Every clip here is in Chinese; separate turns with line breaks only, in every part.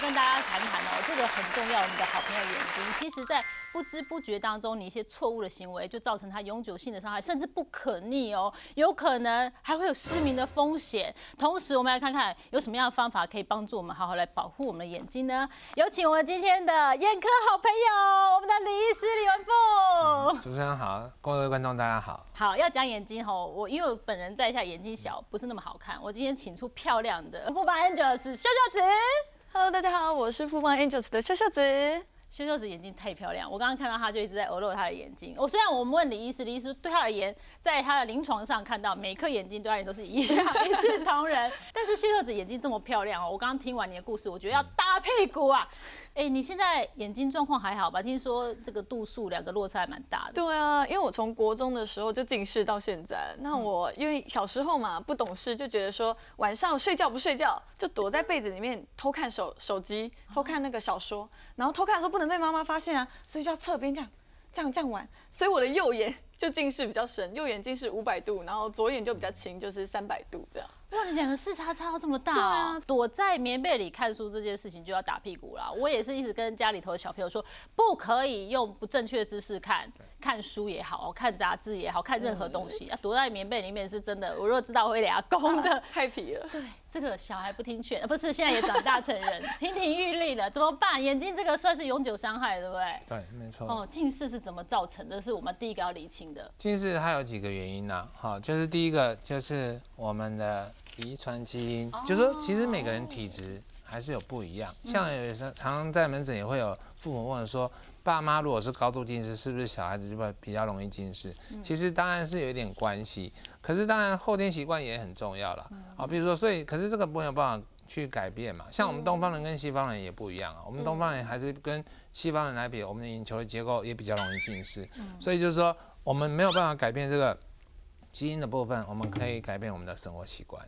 跟大家谈谈哦，这个很重要。我们的好朋友眼睛，其实在不知不觉当中，你一些错误的行为就造成他永久性的伤害，甚至不可逆哦，有可能还会有失明的风险。同时，我们来看看有什么样的方法可以帮助我们好好来保护我们的眼睛呢？有请我们今天的眼科好朋友，我们的李医师李文富。
主持人好，各位观众大家好。
好，要讲眼睛吼，我因为我本人在下眼睛小，不是那么好看。我今天请出漂亮的富邦 Angels 秀秀子，
Hello，大家好，我是富邦 Angels 的秀秀子。
秀秀子眼睛太漂亮，我刚刚看到她就一直在overload 她的眼睛。我虽然我们问李医师，李医师对她而言，在她的临床上看到每颗眼睛对她而言都是一样一视同仁，但是秀秀子眼睛这么漂亮哦，我刚刚听完你的故事，我觉得要搭屁股啊！哎、你现在眼睛状况还好吧？听说这个度数两个落差还蛮大的。
对啊，因为我从国中的时候就近视到现在，那我因为小时候嘛不懂事，就觉得说晚上睡觉不睡觉，就躲在被子里面偷看手手机，偷看那个小说，然后偷看的时候不能被妈妈发现啊，所以就要侧边这样这样这样玩，所以我的右眼就近视比较深，右眼近视五百度，然后左眼就比较轻，就是三百度这样。
哇，你两个视差差到这么大、啊躲在棉被里看书这件事情就要打屁股啦。我也是一直跟家里头的小朋友说，不可以用不正确的姿势看，看书也好，看杂志也好，看任何东西、啊。躲在棉被里面是真的，我若知道我会俩公的。
太皮了，
这个小孩不听劝，呃不是现在也长大成人，亭亭玉立了，怎么办？眼睛这个算是永久伤害，对不对？
对，没错。
哦，近视是怎么造成的？是我们第一个要理清的。
近视它有几个原因呢、好，就是第一个就是我们的遗传基因，就是说其实每个人体质还是有不一样。像有时候常常在门诊也会有父母问说，爸妈如果是高度近视，是不是小孩子就会比较容易近视？其实当然是有一点关系，可是当然后天习惯也很重要了。啊，比如说，所以可是这个没有办法。去改变嘛，像我们东方人跟西方人也不一样啊。我们东方人还是跟西方人来比，我们的眼球的结构也比较容易近视，所以就是说我们没有办法改变这个基因的部分，我们可以改变我们的生活习惯，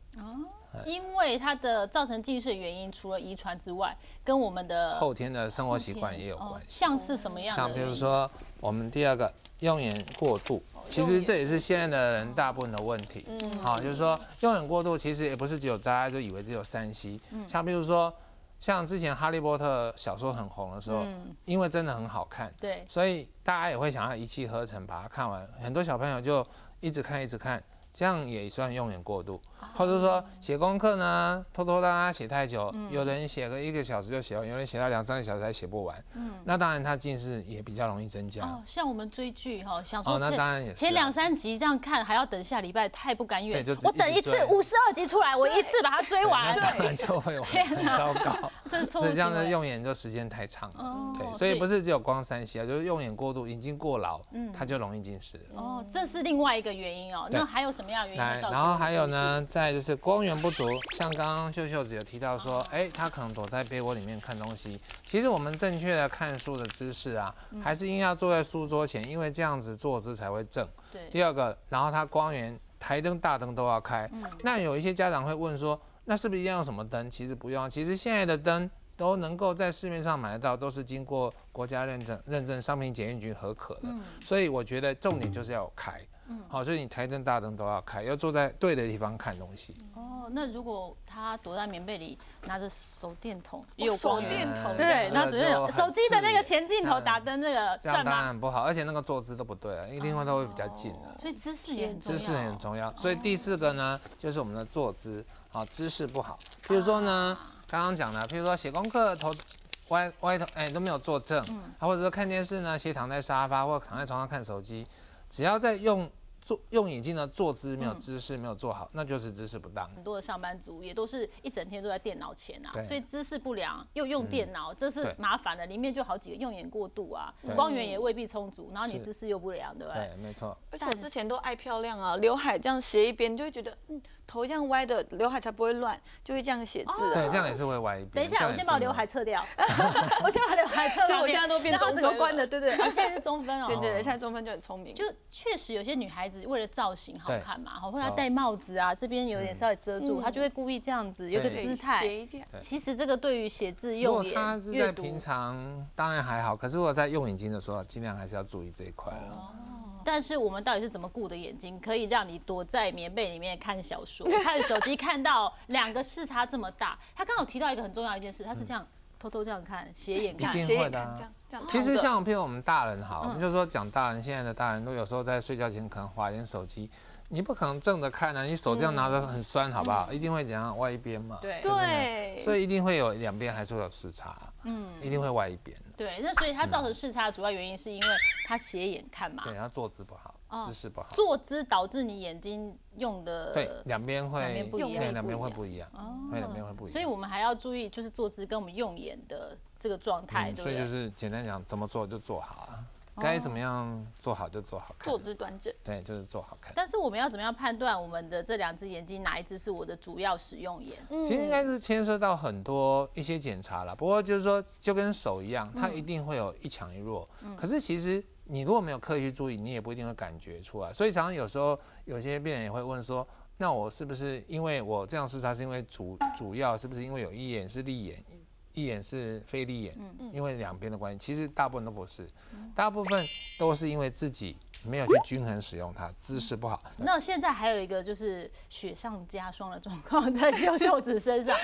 因为它的造成近视的原因，除了遗传之外，跟我们的
后天的生活习惯也有
呃哦
关系。
像是什么样的原
像
因？
比如说我们第二个用眼过度，其实这也是现在的人大部分的问题。好，就是说用眼过度其实也不是只有大家就以为只有山西，像比如说像之前哈利波特小说很红的时候，
嗯
因为真的很好看，
对，
所以大家也会想要一气呵成把它看完。很多小朋友就一直看一直看，这样也算用眼过度，
哦
或者说写功课呢，拖拖拉拉写太久，
嗯
有的人写个一个小时就写完，有人写到两三个小时还写不完。那当然他近视也比较容易增加。
嗯哦，像我们追剧哈，想
啊哦
说
那
前、
当然也是
前
啊
两三集这样看，还要等下礼拜，太不甘愿
对就。只
我
一
等
直
一次
追
五十二集出来，我一次把它追
对
完
那，当然就会很糟糕。
这是错误
所以这样
行
的
为
用眼就时间太长
哦
了，对，所
所以
以不是只有光山西啊，就是用眼过度，眼睛过劳，
嗯
它就容易近视了。
哦，这是另外一个原因哦。
对
那还有什么样的原
来
因？，
然后还有？呢，再来就是光源不足，像刚刚秀秀子有提到说，哎，他可能躲在被窝里面看东西。其实我们正确的看书的姿势啊，
嗯
还是应该要坐在书桌前，因为这样子坐姿才会正。
对，
第二个，然后它光源、台灯、大灯都要开。
嗯
那有一些家长会问说，那是不是一定要用什么灯？其实不用啊，其实现在的灯都能够在市面上买得到，都是经过国家认证、认证商品检验局合可的。
嗯
所以我觉得重点就是要有开。好，所以你台灯、大灯都要开，要坐在对的地方看东西。
哦，那如果他躲在棉被里，拿着手电筒，也有
哦手
光源。
电筒
对，那
那
手
就
电筒
很
手机的那个啊前镜头
嗯
打灯那个
这样
算
当
吗？
然不好，而且那个坐姿都不对了，一定会都会比较近啊了。
所以姿势也很重
姿
要。哦
势很重要。所以第四个呢，就是我们的坐姿，好，姿势不好。比如说呢，
啊
刚刚讲的，比如说写功课头歪歪头，哎，都没有坐正，
嗯
啊，或者说看电视呢，斜躺在沙发或躺在床上看手机，只要在用坐用眼睛的坐姿没有
嗯
姿势没有做好，那就是姿势不当。
很多的上班族也都是一整天都在电脑前啊，
对嗯
所以姿势不良又用电脑，这是
对
麻烦的。里面就好几个用眼过度啊，
对
光源也未必充足，然后你
是
姿势又不良，对不对？
对，没错。
而且我之前都爱漂亮啊，刘海这样斜一边，你就会觉得嗯，头这样歪的，刘海才不会乱，就会这样写字、啊。
对，这样也是会歪一边。
等一
这
下，
样
我
也
先把我
真的
刘海撤掉， 我先把刘海撤掉，
所以我现在都变
然后
中
整个
分
关
了
了，对对， 对啊，现在是中分哦。
对对对，现在中分就很聪明，
就确实有些女孩子为了造型好看嘛，好，或者她
哦嗯
戴帽子啊，这边有点稍微遮住，她就会故意这样子，有个
对
姿态。
斜一点。
其实这个对于写字、
如果
用眼
他是、
阅
在
读，
平常，当然还好，可是我在用眼睛的时候，尽量还是要注意这一块了。
哦但是我们到底是怎么顾的眼睛，可以让你躲在棉被里面看小说、看手机，看到两个视差这么大？他刚好提到一个很重要的一件事，他是这样偷偷这样看，斜眼看
一，定
斜
会
眼
的
看
啊
这样这样躺着。
其实像譬如我们大人好，我
嗯
们就说讲大人，现在的大人都有时候在睡觉前可能划一点手机，你不可能正着看啊，你手这样拿着很酸，好不好？一定会怎样歪一边嘛。
嗯对
真的啊
对
所以一定会有两边还是会有时差，
嗯，
一定会歪一边。
对，那所以它造成视差的主要原因是因为它斜眼看嘛，
对，然后坐姿不好，
啊哦
姿势不好，
坐姿导致你眼睛用的
对，两边会
呃两边不一样啊
对，两边会不一样，会两边会不一样。
所以我们还要注意，就是坐姿跟我们用眼的这个状态，
嗯
对
所
不
以就
对？哦
是简单讲，怎么做就做好啊，该怎么样做好就做好看，
坐姿端正，
对，就是做好看。
但是我们要怎么样判断我们的这两只眼睛哪一只是我的主要使用眼？
其实应该是牵涉到很多一些检查了，不过就是说，就跟手一样，它一定会有一强一弱。可是其实你如果没有刻意去注意，你也不一定会感觉出来。所以常常有时候有些病人也会问说，那我是不是因为我这样视差是因为主主要是不是因为有一眼是利眼，一眼是非利眼？因为两边的关系，其实大部分都不是，大部分都是因为自己没有去均衡使用它，姿势不好。
那现在还有一个就是雪上加霜的状况在秀秀子身 上，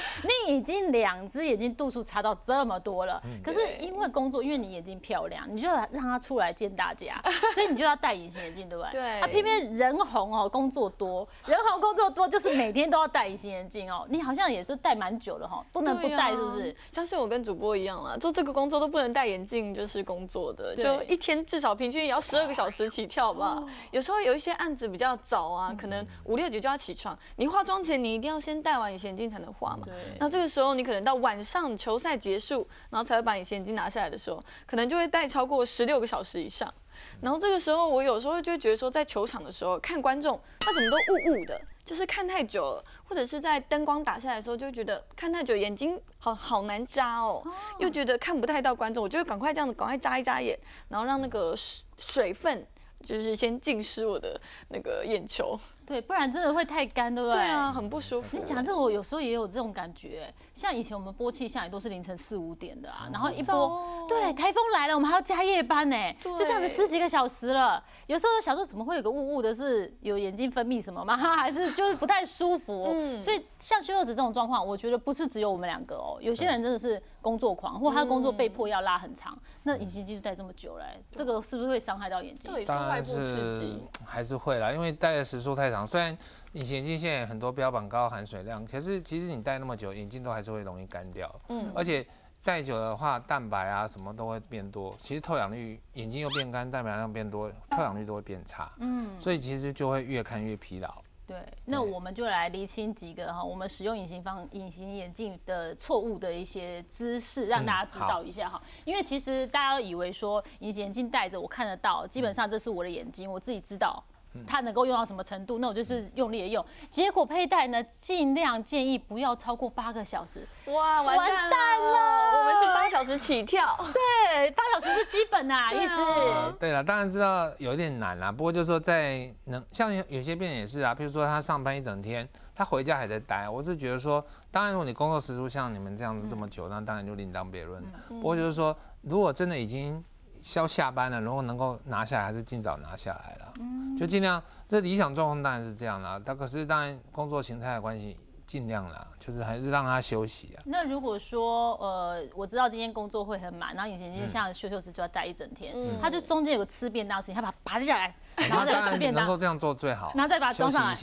你已经两只眼睛度数差到这么多了，
嗯
可是因为工作，因为你眼睛漂亮，你就要让她出来见大 家，所以你就要戴隐形眼镜，对不对？
对
她偏偏人红哦，工作多，人红工作多就是每天都要戴隐形眼镜哦。你好像也是戴蛮久了哈，不能不
对
戴
啊
是不是？？
相信我跟主播一样啦，做这个工作都不能戴眼镜，就是工作的，
对哦
就一天至少平均也要十二个小时起跳吧。有时候有一些案子比较早啊，可
嗯
能五六点就要起床，你化妆前你一定要先戴完隐形眼镜才能化嘛。
对，
那这个时候，你可能到晚上球赛结束，然后才会把隐形眼镜拿下来的时候，可能就会戴超过十六个小时以上。
嗯
然后这个时候，我有时候就会觉得说，在球场的时候看观众，他怎么都雾雾的，就是看太久了，或者是在灯光打下来的时候，就会觉得看太久眼睛好好难扎哦，又觉得看不太到观众，我就会赶快这样子，赶快眨一眨眼，然后让那个水水分就是先浸湿我的那个眼球。
对，不然真的会太干，对不对？
对啊，很不舒服。
你讲这个，我有时候也有这种感觉。像以前我们播气象也都是凌晨四五点的啊，然后一
是
播
哦，
对，台风来了，我们还要加夜班呢，就这样子
对
十几个小时了。有时候想说，怎么会有个雾雾的？是有眼睛分泌什么吗？ 还是就是不太舒服？
嗯
所以像修二子这种状况，我觉得不是只有我们两个哦，有些人真的是工作狂，或他工作被
嗯
迫要拉很长，那隐形眼镜就戴这么久了，这个是不是会伤害到眼睛？
到底是
当
外
然
部
是
刺激。
还是会啦，因为戴的时数太长。虽然隐形眼镜现在有很多标榜高含水量，可是其实你戴那么久，眼镜都还是会容易干掉。
嗯
嗯，而且戴久的话，蛋白啊什么都会变多。其实透氧率，眼睛又变干，蛋白量变多，
嗯
透氧率都会变差。
嗯
嗯，所以其实就会越看越疲劳。
对，那
对
我们就来厘清几个哈，我们使用隐形方隐形眼镜的错误的一些姿势，让
嗯
大家知道一下哈。因为其实大家都以为说隐形眼镜戴着我看得到，基本上这是我的眼睛，我自己知道。它能够用到什么程度？那我就是用力的用。结果佩戴呢，尽量建议不要超过八个小时。
哇，完
完
蛋了！
蛋了
我们是八小时起 跳，
对，哎八小时是基本啊呐、意
呃
思。
对了，当然知道有点难啦，不过就是说在能像有有些病人也是啊，比如说他上班一整天，他回家还在待，我是觉得说，当然如果你工作时数像你们这样子这么久，那当然就另当别论。
嗯
不过就是说，如果真的已经要下班了，如果能够拿下来，还是尽早拿下来了，
嗯
就尽量。这理想状况当然是这样啦，但可是当然工作形态的关系，尽量啦，就是还是让他休息啊。
那如果说呃，我知道今天工作会很满，然后隐形眼
嗯
镜像秀秀子就要戴一整天，
嗯
他就中间有个吃便当的事情，他把它拔下来，然后
哦当
再吃
然
便
能
当
够。这样做最好，
然后再把它
休
装
息
上
一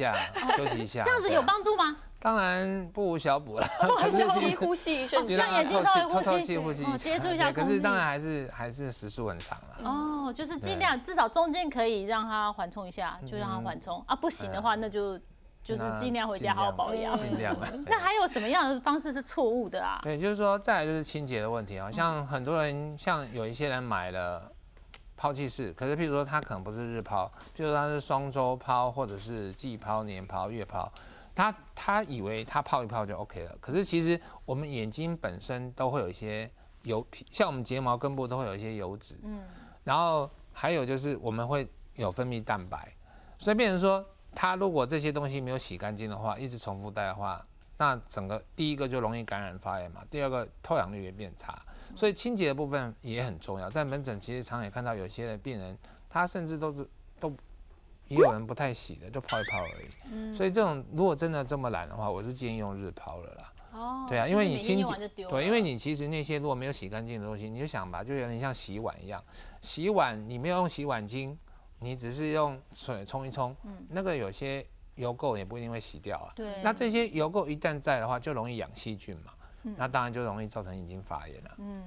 下，休息一下，
这样子
对
有
啊
帮助吗？
当然不无 小补了， 可是
休
其
息
实
呼吸一瞬
就
间
让。眼睛
透
稍微
气
呼
透透
吸
气呼吸
哦
一
接
下，
触一下
对可
空
是
气
当然还是还是时速很长了。
哦，就是尽量至少中间可以让它缓冲一下，就让它缓冲啊。不行的话，那就就是
嗯那
尽量回家好好保养。
尽量了。
嗯 那还有什么样的方式是错误的啊？
对，就是说，再来就是清洁的问题啊、像很多人，像有一些人买了抛弃式，可是譬如说他可能不是日抛，譬如说他是双周抛，或者是季抛、年抛、月抛，他他以为他泡一泡就 OK 了，可是其实我们眼睛本身都会有一些油皮，像我们睫毛根部都会有一些油脂，嗯，然后还有就是我们会有分泌蛋白，所以变成说，他如果这些东西没有洗干净的话，一直重复戴的话，那整个第一个就容易感染发炎嘛，第二个透氧率也变差，所以清洁的部分也很重要。在门诊其实常也看到有些的病人，他甚至都是都也有人不太洗的，就泡一泡而已。所以这种如果真的这么懒的话，我是建议用日抛了啦。
哦
对啊，因为你
清
清
完就丢
洁，
了，
对，因为你其实那些如果没有洗干净的东西，你就想吧，就有点像洗碗一样，洗碗你没有用洗碗巾，你只是用水冲一冲，那个有些油垢也不一定会洗掉啊。
嗯对
那这些油垢一旦在的话，就容易养细菌嘛，那当然就容易造成眼睛发炎了、
嗯，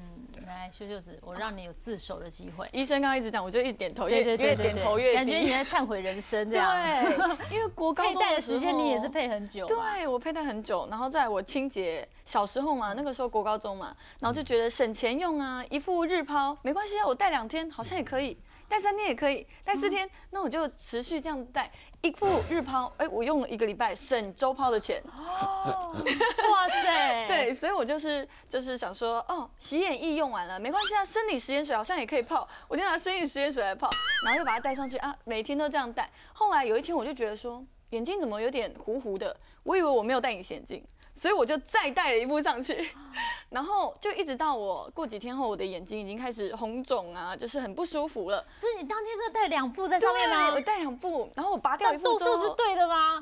来秀秀子，我让你有自首的机会。
医生刚刚一直讲，我就一直点头，
对
越
对对
越
对
点头
对，
越
感觉 你
低。
在忏悔人生这样。
对，因为国高
佩
中
戴的
时
时间你也是
候
配很久嘛，
对我佩戴很久，然后在我清洁小时候嘛，那个时候国高中嘛，然后就觉得省钱用啊，一副日抛没关系啊，我戴两天好像也可以，戴三天也可以，戴四天，那我就持续这样戴。一副日抛，哎、我用了一个礼拜，省周抛的钱。
哇塞，
对，所以我就是就是想说，哦，洗眼液用完了，没关系啊，生理食盐水好像也可以泡，我就拿生理食盐水来泡，然后就把它戴上去啊，每天都这样戴。后来有一天我就觉得说，眼睛怎么有点糊糊的，我以为我没有戴隐形眼镜，所以我就再戴了一副上去，
啊
然后就一直到我过几天后，我的眼睛已经开始红肿啊，就是很不舒服了。
所以你当天真的带两副在上面
对我
吗？
戴两副，然后我拔掉
那
一副
度
之
数是
后，
对的 吗？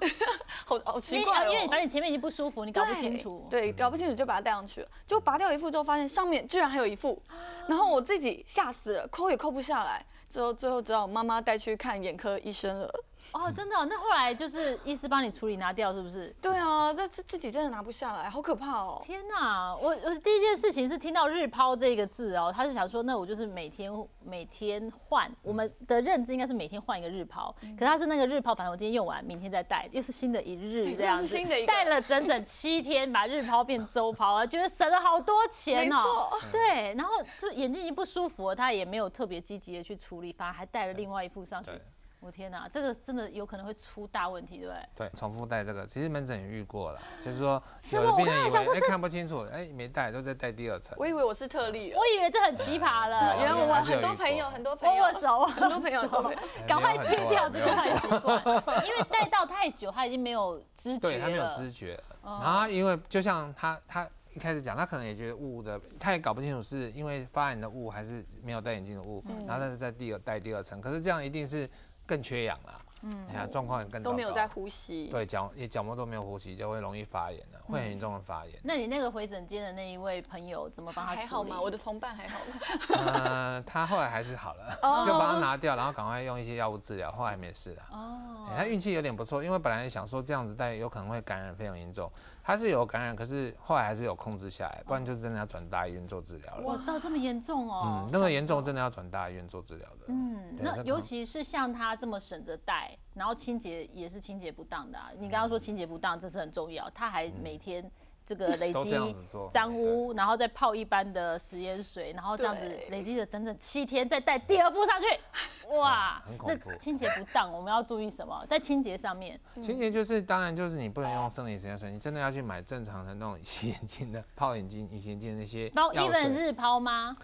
好好
因
奇
为啊
怪哦，
因为反正你前面已经不舒服，你搞不清楚。
对，
嗯
对，搞不清楚就把它戴上去了。就拔掉一副之后，发现上面居然还有一副，然后我自己吓死了，抠也抠不下来。之后最后只好妈妈带去看眼科医生了。
哦，真的哦、那后来就是医师帮你处理拿掉，是不是？
对啊，这自自己真的拿不下来，好可怕哦。
天哪！我我第一件事情是听到“日抛”这个字哦，他就想说，那我就是每天每天换。我们的认知应该是每天换一个日抛，
嗯
可是他是那个日抛，反正我今天用完，明天再戴，又是新的一日
对
这样
又
子
是新的一，个
戴了整整七天，把日抛变周抛啊，觉得省了好多钱哦
没。
对，然后就眼睛已经不舒服了，他也没有特别积极的去处理，反而还带了另外一副上去
对。
我天哪，这个真的有可能会出大问题，对不对？
对，重复戴这个，其实门诊也遇过了，就是说
是
有
吗
的
我
病
刚
人以
才想
为
说
哎
这
看不清楚，哎没戴，就再戴第二层。
我以为我是特例了，
我以为这很奇葩了，
原来我
还是有
很多
一哦
朋友，
波
很多朋
握
友
握，手，
很多 朋友，很多朋友
赶快戒掉
哎没
这
有
个
很多
坏习惯， 因为戴到太久，他已经没有知觉
对
了。
他没有知觉了，
哦
然后他因为就像他他一开始讲，他可能也觉得雾的，他也搞不清楚是因为发炎的雾还是没有戴眼镜的雾，
嗯
然后但是在第二戴第二层，可是这样一定是更缺氧了，嗯，哎呀状况也更糟
都
糕
没有在呼吸。
对角也角膜都没有呼吸，就会容易发炎了，会很严
嗯
重的发炎。
那你那个回诊间的那一位朋友怎么帮他处理？
还好吗？我的同伴还好吗？
嗯，他后来还是好了，
哦
就把它拿掉，然后赶快用一些药物治疗，后来没事了。
哦
哎，他运气有点不错，因为本来想说这样子戴有可能会感染非常严重，他是有感染，可是后来还是有控制下来，不然就真的要转大医院做治疗了。
哦哇，到这么严重哦
嗯，。那个严重真的要转大医院做治疗的。
嗯，
对这
那
可能
尤其是像他这么省着戴，然后清洁也是清洁不当的、啊。你刚刚说清洁不当，这是很重要。他还每天这个累
嗯都
积
这样子做
脏污，然后再泡一般的食盐水，然后这样子
对
累积了整整七天，再戴第二步 上去，哇
嗯很，恐怖
那清洁不当，我们要注意什么？在清洁上面，
清洁就是，当然就是你不能用生理食盐水，你真的要去买正常的那种 洗眼睛的、泡眼睛、隐形眼镜的那些
包
药
even 哦
水。
日抛吗？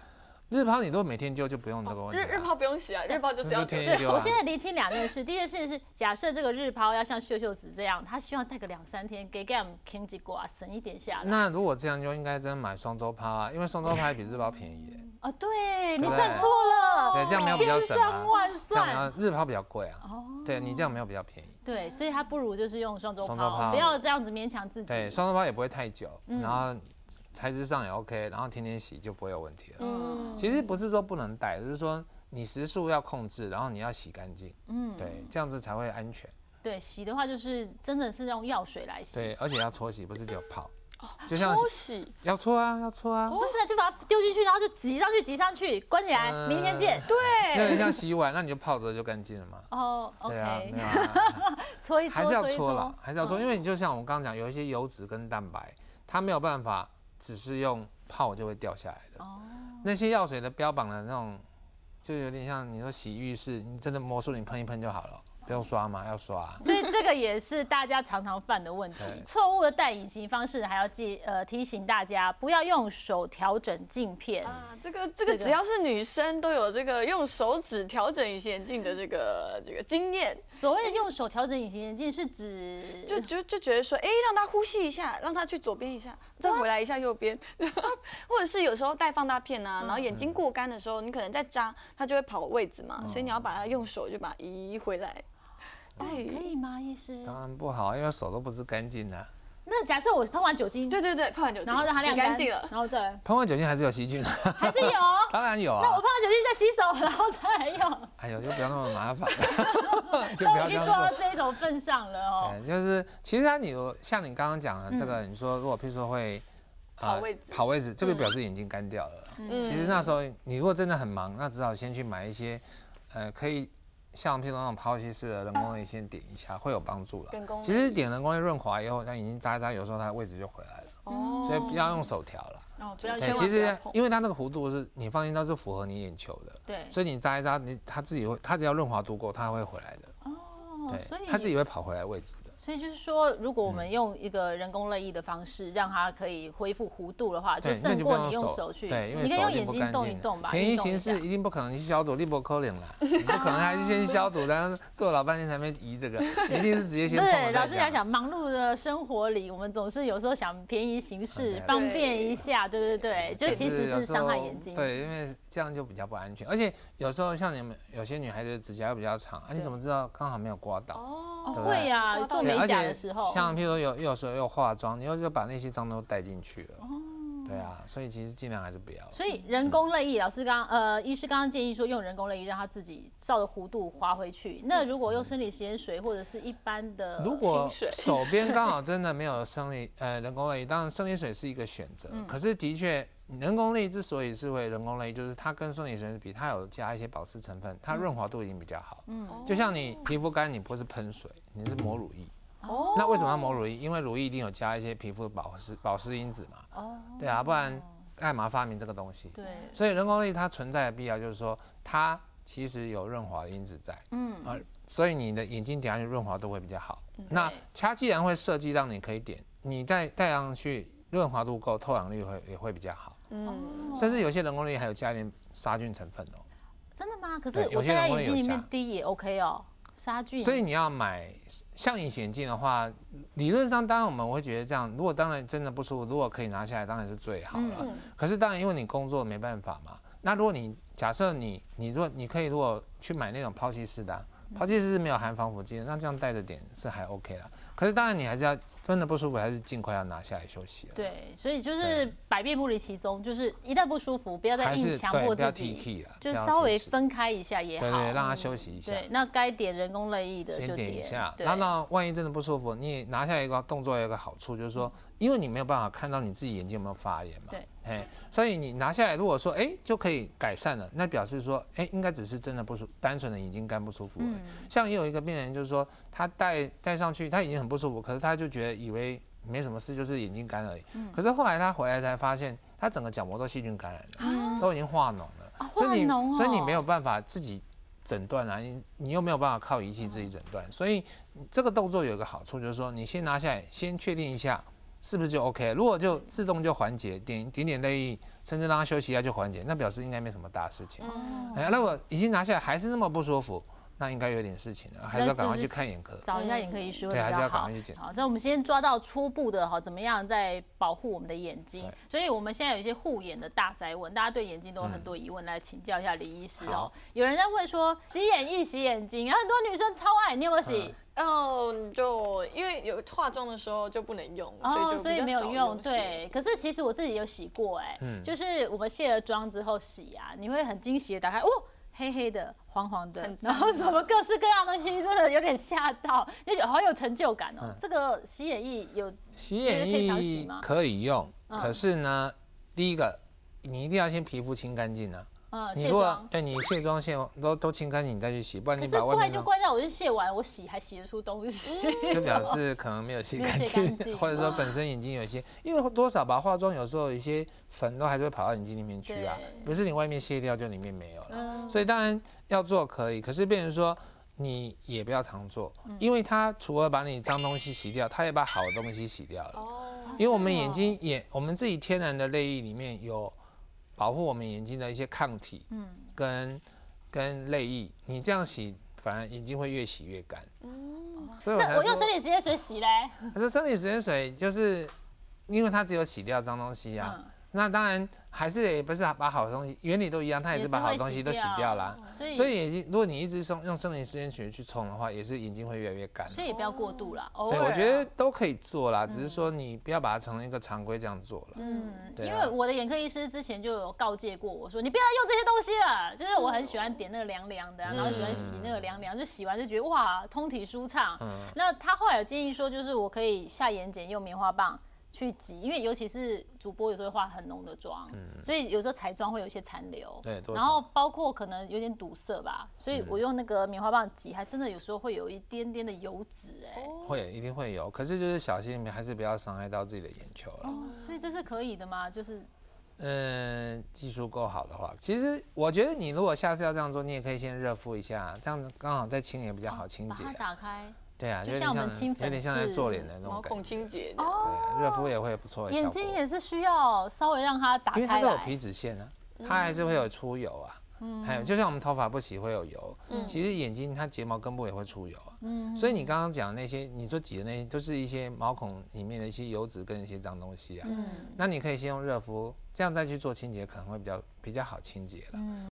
日抛你都每天丢，就不用这个问题
日
了。
日抛不用洗啊，日抛就是要
那就天
对
天，丢啊
我现在厘清两件事。第一件事是，假设这个日抛要像秀秀子这样，他希望戴个两三天，给给我们 king 几瓜，省一点下来。
那如果这样就应该真买双周抛啊，因为双周抛还比日抛便宜耶。
哦，对
对
你
不对
算错了，
对这样没有比较省啊
千算万
这样
算，
然后日抛比较贵啊。
哦
对你这样没有比较便宜。
对，所以他不如就是用双周
双周
抛，
抛
不要这样子勉强自己。
对，双周抛也不会太久，
嗯
然后材质上也 OK，然后天天洗就不会有问题了。
嗯，
其实不是说不能戴，就是说你时速要控制，然后你要洗干净，
嗯，
对，这样子才会安全。
对，洗的话就是真的是用药水来洗，
对，而且要搓洗，不是只有泡，就像
哦搓洗。
要搓啊，要搓啊，
哦不是就把它丢进去，然后就挤上去，挤上去，关起来，
嗯
明天见。
有
对，
点像洗碗，那你就泡着就干净了嘛。
哦
对啊，
，OK，
没有啊。
搓一搓，
还是要
搓一
搓啦
搓，，
还是要搓，因为你就像我们刚刚讲，有一些油脂跟蛋白，它没有办法只是用泡就会掉下来的。
哦
那些药水的标榜的那种，就有点像你说洗浴室，你真的魔术你喷一喷就好了，不用刷嘛，要刷啊。
所以这个也是大家常常犯的问题，
对
错误的戴隐形方式，还要记呃提醒大家不要用手调整镜片。
啊，这个这个只要是女生都有这个用手指调整隐形眼镜的这个这个经验，
所谓的用手调整隐形眼镜，是指
就就就觉得说，哎、让她呼吸一下，让她去左边一下，再回来一下右边， 或者是有时候戴放大片啊，然后眼
嗯
睛过干的时候，你可能在扎，它就会跑位置嘛，所以
哦
你要把它用手就把它移回来。
可
对，
哦以吗？医师？嗯
当然不好，因为手都不是干净的啊。
那假设我喷完酒精，
对对对，泡完酒精，
然后让它
洗
晾
干净了。
然后再
喷完酒精还是有细菌的，
还是有。哦
当然有
那
啊
我喷。完酒精再洗手，然后再来用。
哎呦，就不要那么 麻烦，就
都
不要
已
这
经
样
做
做哎
到。这一种份上了哦。
对，就是其实它你有像你刚刚讲的这个，
嗯
你说如果譬如说会呃
跑位置
跑位置，这个表示眼睛干掉了啦。
嗯
其实那时候你如果真的很忙，那只好先去买一些，呃，可以像譬如那种抛弃式的人工泪先点一下，会有帮助了
人工。泪
其实点人工泪润滑以后，它眼睛扎一扎，有时候它的位置就回来了，
哦
所以不要用手调了。
哦，不要
对
哎
先
千万
其
不要
实
碰
因为它那个弧度是你放心，它是符合你眼球的，
对
所以你扎一扎，你它自己会，它只要润滑度够，它会回来的，
哦，所
对，它自
以
己嗯会跑回来位置的。
所以就是说，如果我们用一个人工泪液的方式，让它可以恢复弧度的话，就
对，那
胜
就不
过你
用
用手
手
去，
对，因为
你可以
手
用
一定
眼
不
睛
干
动一
净
动吧，
便宜
运动一
形
下
式一定不可能去消毒，力不可能 啦，你不可能还是先消毒，然后做老半天才没移这 个，一定是直接先碰
对，
了
老
再
师想
讲。
想，忙碌的生活里，我们总是有时候想便宜行事
对，
方便一下，对对对，就其实是伤害眼睛。
对，因为这样就比较不安全，而且有时候像你们有些女孩子的指甲又比较长，啊，你怎么知道刚好没有刮到？
哦，
哦，
对
会呀，
刮到
做
对，
美
而
甲
且
的时候，嗯
像譬如说有有时候又化妆，你又就把那些脏都带进去
哦
了。对啊，所以其实尽量还是不要。
所以人工泪
嗯
液，老师刚呃，医师刚刚建议说用人工泪液让它自己照着弧度滑回去。那如果用生理食盐水或者是一般的，
嗯如果
呃清水
手边刚好真的没有生理呃人工泪，当然生理水是一个选择，
嗯
可是的确人工泪之所以是为人工泪，就是它跟生理水比，它有加一些保湿成分，它润滑度已经比较好。
嗯
就像你皮肤干，你不是喷水，你是抹乳液。
哦
那为什么要抹乳液？因为乳液一定有加一些皮肤的保湿保湿因子嘛。
哦，
对啊，不然干嘛发明这个东西？
对，
所以人工泪它存在的必要就是说，它其实有润滑的因子在。
嗯，
啊，所以你的眼睛点下去润滑度会比较好。那它既然会设计让你可以点，你再戴上去润滑度够，透氧率会也会比较好。
嗯，
哦
甚至有些人工泪还有加一点杀菌成分哦。
真的吗？可是
对
我
有些
戴在
人会
眼睛
有
里面
加
滴也 OK 哦，杀菌。
所以你要买像隐形镜的话，理论上当然我们会觉得这样，如果当然真的不舒服，如果可以拿下来当然是最好
嗯
了。可是当然因为你工作没办法嘛，那如果你假设你你如果你可以如果去买那种抛弃式的啊、抛弃式是没有含防腐剂的，那这样带着点是还 OK 啦。可是当然你还是要真的不舒服，还是尽快要拿下来休息了。
对，所以就是百变不离其宗，就是一旦不舒服，不要再
还
硬
是
强
对
迫
不要
自
提
己，
气了，
就
不要
稍
提
微
气
分开一下也
对
好
对，。让他休息一下。
对，那该点人工泪液的
先
就
点一下，
对
那那万一真的不舒服，你也拿下一个动作有一个好处，就是说，因为你没有办法看到你自己眼睛有没有发炎嘛，
嗯对，
哎，所以你拿下来，如果说哎就可以改善了，那表示说哎应该只是真的不舒，单纯的眼睛干不舒服而已。
嗯
像也有一个病人就是说他戴戴上去，他已经很不舒服，可是他就觉得以为没什么事，就是眼睛干而已。
嗯
可是后来他回来才发现，他整个角膜都细菌感染了，都已经化脓了，
嗯啊
所以你
化脓哦
所以你没有办法自己诊断啊，你你又没有办法靠仪器自己诊
嗯
断，所以这个动作有一个好处就是说，你先拿下来，先确定一下是不是就 OK，如果就自动就缓解，点点点泪液，甚至让他休息一下就缓解，那表示应该没什么大事情。
哦嗯
哎，如果已经拿下来还是那么不舒服，那应该有点事情了，还是要赶快去看眼科。
找一下眼科医师会比
对还是
较
要赶
好
快去检。查
好，那我们先抓到初步的哈，怎么样在保护我们的眼睛
对？
所以我们现在有一些护眼的大灾问，大家对眼睛都有很多疑问，来请教一下李医师哦
嗯好。
有人在问说，洗眼液洗眼睛，很多女生超爱，你有没有洗？
哦，就因为有化妆的时候就不能用，
嗯
所以就
哦所以
比
没
较
有
少
用，
些。
对。可是其实我自己有洗过、哎、
嗯
就是我们卸了妆之后洗啊，你会很惊喜的打开，哦，黑黑的、黄黄的
很，啊
然后什么各式各样的东西，真的有点吓到，就觉得好有成就感
嗯
哦、这个洗眼液有
洗
觉
眼
得可以常洗
液
吗嗯
可以用，可是呢，第一个你一定要先皮肤清干净啊。
呃
你
卸
如果
妆。
对你卸妆卸都都清干净，你再去洗，不然
可
你
是
把外
怪
面
就
弄
怪在我是卸完，我洗还洗得出东西。
就表示可能没 有洗
没有
干
洗干
净
净，
或者说本身眼睛有一些，因为多少吧，化妆有时候有一些粉都还是会跑到眼睛里面去啊，
对
不是你外面卸掉就里面没有了。
嗯
所以当然要做可以，可是变成说你也不要常做，
嗯
因为它除了把你脏东西洗掉，它也把好东西洗掉了。
哦，
因为我们眼睛眼，我们自己天然的泪液里面有保护我们眼睛的一些抗体，嗯，跟跟泪液，你这样洗，反而眼睛会越洗越干。
嗯
所以我才
那我用生
说，
理食盐水洗嘞，嗯
可是生理食盐水就是因为它只有洗掉脏东西啊，那当然还是也不是把好东西原理都一样，它也是把好东西都洗掉啦。
嗯哦所以
所以眼睛，如果你一直用用生理时间曲去冲的话，也是眼睛会越来越干。
所以也不要过度啦，偶
对，
尔啊。
我觉得都可以做啦，只是说你不要把它成为一个常规这样做了。
嗯，
对
因
啊
为我的眼科医师之前就有告诫过我说，你不要用这些东西了。就是我很喜欢点那个凉凉
嗯
的啊、然后喜欢洗那个凉凉，就洗完就觉得哇，通体舒畅。
嗯
那他后来有建议说，就是我可以下眼睑用棉花棒去挤，因为尤其是主播有时候会化很浓的妆，
嗯
所以有时候彩妆会有一些残留。
对多嗯
然后包括可能有点堵塞吧，所以我用那个棉花棒挤，还真的有时候会有一点点的油脂哎、
哦
会一定会有，可是就是小心，还是不要伤害到自己的眼球
哦
了。
所以这是可以的吗？就是
嗯，技术够好的话，其实我觉得你如果下次要这样做，你也可以先热敷一下，这样子刚好再清也比较好清
把
洁
它。打开。
对啊，
就
有点
像我
像
们清
有点
粉
像在
刺
做脸的那
然
种
后孔
感觉。
清洁
哦
对啊，热敷也会有不错的效
眼
果。
睛也是需要稍微让它打
因为它
开
都有
来嗯
皮。脂腺啊，它还是会有出油啊。还有，就像我们头发不洗会有油，
嗯
其实眼睛它睫毛根部也会出油啊。所以你刚刚讲那些，你说挤的那些，都是一些毛孔里面的一些油脂跟一些脏东
嗯
西啊。那你可以先用热敷，这样再去做清洁，可能会比较比较好清洁了。